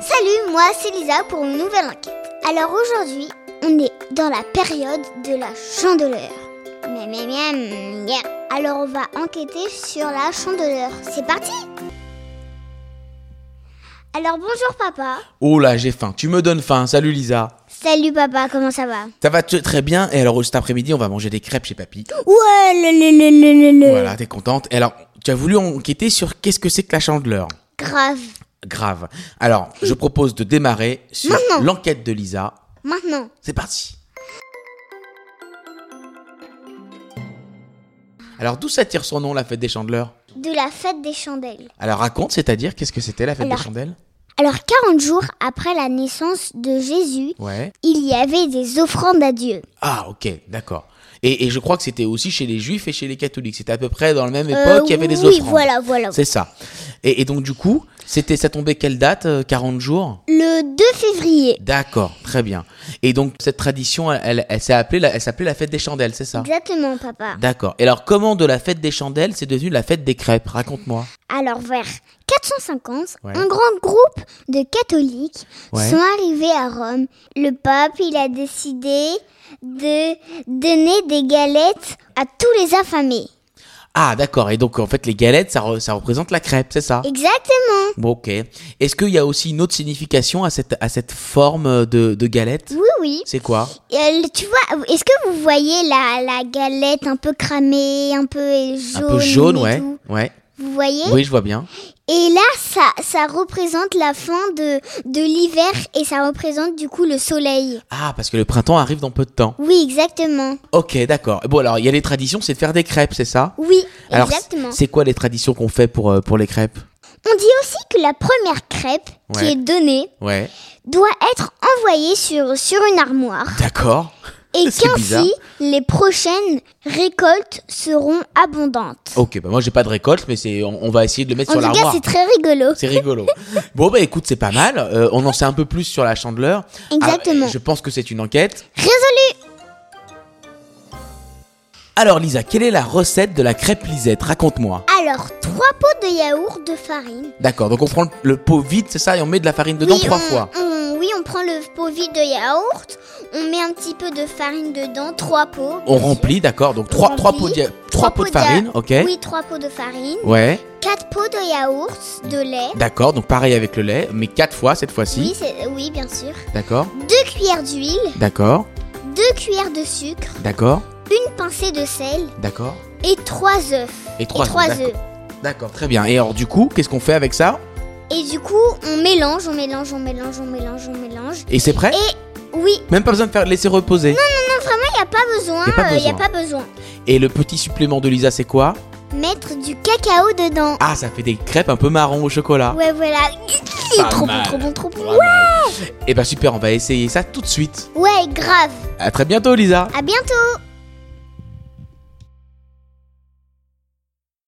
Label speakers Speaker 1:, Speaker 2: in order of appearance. Speaker 1: Salut, moi c'est Lisa pour une nouvelle enquête. Alors aujourd'hui, on est dans la période de la chandeleur. Miam, miam, miam, miam. Alors on va enquêter sur la chandeleur. C'est parti Alors bonjour papa.
Speaker 2: Oh là, j'ai faim. Tu me donnes faim. Salut Lisa.
Speaker 1: Salut papa, comment ça va
Speaker 2: Ça va t- très bien. Et alors cet après-midi, on va manger des crêpes chez papy.
Speaker 1: Ouais, le, le, le, le, le, le.
Speaker 2: Voilà, t'es contente. Et alors, tu as voulu enquêter sur qu'est-ce que c'est que la chandeleur
Speaker 1: Grave.
Speaker 2: Grave. Alors, je propose de démarrer sur
Speaker 1: Maintenant.
Speaker 2: l'enquête de Lisa.
Speaker 1: Maintenant,
Speaker 2: C'est parti. Alors, d'où ça tire son nom, la fête des chandeleurs
Speaker 1: de la fête des chandelles.
Speaker 2: Alors, raconte, c'est-à-dire, qu'est-ce que c'était la fête
Speaker 1: Alors-
Speaker 2: des chandelles
Speaker 1: Alors 40 jours après la naissance de Jésus,
Speaker 2: Ouais.
Speaker 1: il y avait des offrandes à Dieu.
Speaker 2: Ah, ok, d'accord. Et, et je crois que c'était aussi chez les juifs et chez les catholiques. C'était à peu près dans la même époque
Speaker 1: Euh,
Speaker 2: qu'il y avait des
Speaker 1: oui,
Speaker 2: offrandes.
Speaker 1: voilà, voilà.
Speaker 2: C'est ça. Et, et donc du coup, c'était ça tombait quelle date euh, 40 jours
Speaker 1: Le 2 février.
Speaker 2: D'accord, très bien. Et donc cette tradition, elle, elle, elle s'est appelée, la, elle s'appelait la fête des chandelles, c'est ça
Speaker 1: Exactement, papa.
Speaker 2: D'accord. Et alors comment de la fête des chandelles, c'est devenu la fête des crêpes Raconte-moi.
Speaker 1: Alors, vers 450,
Speaker 2: Ouais.
Speaker 1: un grand groupe de catholiques
Speaker 2: Ouais.
Speaker 1: sont arrivés à Rome. Le pape, il a décidé de donner des galettes à tous les affamés.
Speaker 2: Ah, d'accord. Et donc en fait, les galettes, ça, re- ça représente la crêpe, c'est ça
Speaker 1: Exactement.
Speaker 2: Bon, ok. Est-ce qu'il y a aussi une autre signification à cette, à cette forme de, de galette
Speaker 1: Oui, oui.
Speaker 2: C'est quoi
Speaker 1: Et, euh, tu vois, est-ce que vous voyez la, la galette un peu cramée, un peu jaune
Speaker 2: Un peu jaune,
Speaker 1: et
Speaker 2: ouais.
Speaker 1: tout
Speaker 2: Ouais.
Speaker 1: Vous voyez
Speaker 2: Oui, je vois bien.
Speaker 1: Et là, ça, ça représente la fin de, de l'hiver et ça représente du coup le soleil.
Speaker 2: Ah, parce que le printemps arrive dans peu de temps.
Speaker 1: Oui, exactement.
Speaker 2: Ok, d'accord. Bon, alors, il y a les traditions, c'est de faire des crêpes, c'est ça
Speaker 1: Oui,
Speaker 2: Alors,
Speaker 1: exactement.
Speaker 2: c'est quoi les traditions qu'on fait pour, euh, pour les crêpes
Speaker 1: On dit aussi que la première crêpe qui
Speaker 2: Ouais.
Speaker 1: est donnée
Speaker 2: Ouais.
Speaker 1: doit être envoyée sur, sur une armoire
Speaker 2: D'accord.
Speaker 1: et
Speaker 2: C'est bizarre.
Speaker 1: qu'ainsi les prochaines récoltes seront abondantes.
Speaker 2: Ok, bah moi j'ai pas de récolte, mais c'est on, on va essayer de le mettre
Speaker 1: en
Speaker 2: sur
Speaker 1: tout cas,
Speaker 2: l'armoire.
Speaker 1: c'est très rigolo.
Speaker 2: C'est rigolo. bon, bah écoute, c'est pas mal. Euh, on en sait un peu plus sur la chandeleur.
Speaker 1: Exactement.
Speaker 2: Ah, je pense que c'est une enquête.
Speaker 1: Résolu
Speaker 2: Alors, Lisa, quelle est la recette de la crêpe lisette Raconte-moi.
Speaker 1: Alors, trois pots de yaourt de farine.
Speaker 2: D'accord, donc on prend le, le pot vide, c'est ça, et on met de la farine dedans
Speaker 1: oui,
Speaker 2: trois
Speaker 1: on,
Speaker 2: fois.
Speaker 1: on- oui, on prend le pot vide de yaourt, on met un petit peu de farine dedans, trois pots.
Speaker 2: On remplit, d'accord, donc trois, trois, pots, de,
Speaker 1: remplit.
Speaker 2: dia- trois pots de farine, ok
Speaker 1: Oui, trois pots de farine,
Speaker 2: Ouais.
Speaker 1: quatre pots de yaourt, de lait.
Speaker 2: D'accord, donc pareil avec le lait, mais quatre fois cette
Speaker 1: Oui,
Speaker 2: fois-ci.
Speaker 1: c'est- oui, bien sûr.
Speaker 2: D'accord,
Speaker 1: Deux cuillères d'huile,
Speaker 2: d'accord,
Speaker 1: deux cuillères de sucre,
Speaker 2: d'accord,
Speaker 1: une pincée de sel
Speaker 2: d'accord.
Speaker 1: et trois œufs.
Speaker 2: Et trois,
Speaker 1: et trois
Speaker 2: d'accord.
Speaker 1: œufs.
Speaker 2: D'accord, très bien. Et alors du coup, qu'est-ce qu'on fait avec ça
Speaker 1: Et du coup, on mélange, on mélange, on mélange, on mélange, on mélange.
Speaker 2: Et c'est prêt
Speaker 1: Et- Oui,
Speaker 2: Même pas besoin de faire laisser reposer.
Speaker 1: il n'y a pas besoin,
Speaker 2: Y a pas
Speaker 1: euh, y a
Speaker 2: besoin.
Speaker 1: pas besoin.
Speaker 2: Et le petit supplément de Lisa, c'est quoi
Speaker 1: Mettre du cacao dedans.
Speaker 2: Ah, ça fait des crêpes un peu marron au chocolat.
Speaker 1: Ouais, voilà.
Speaker 2: Ah. Pas
Speaker 1: trop bon,
Speaker 2: mal.
Speaker 1: trop bon, trop bon.
Speaker 2: Eh ben, Et bah super, on va essayer ça tout de suite.
Speaker 1: Ouais, grave.
Speaker 2: À très bientôt Lisa.
Speaker 1: À bientôt.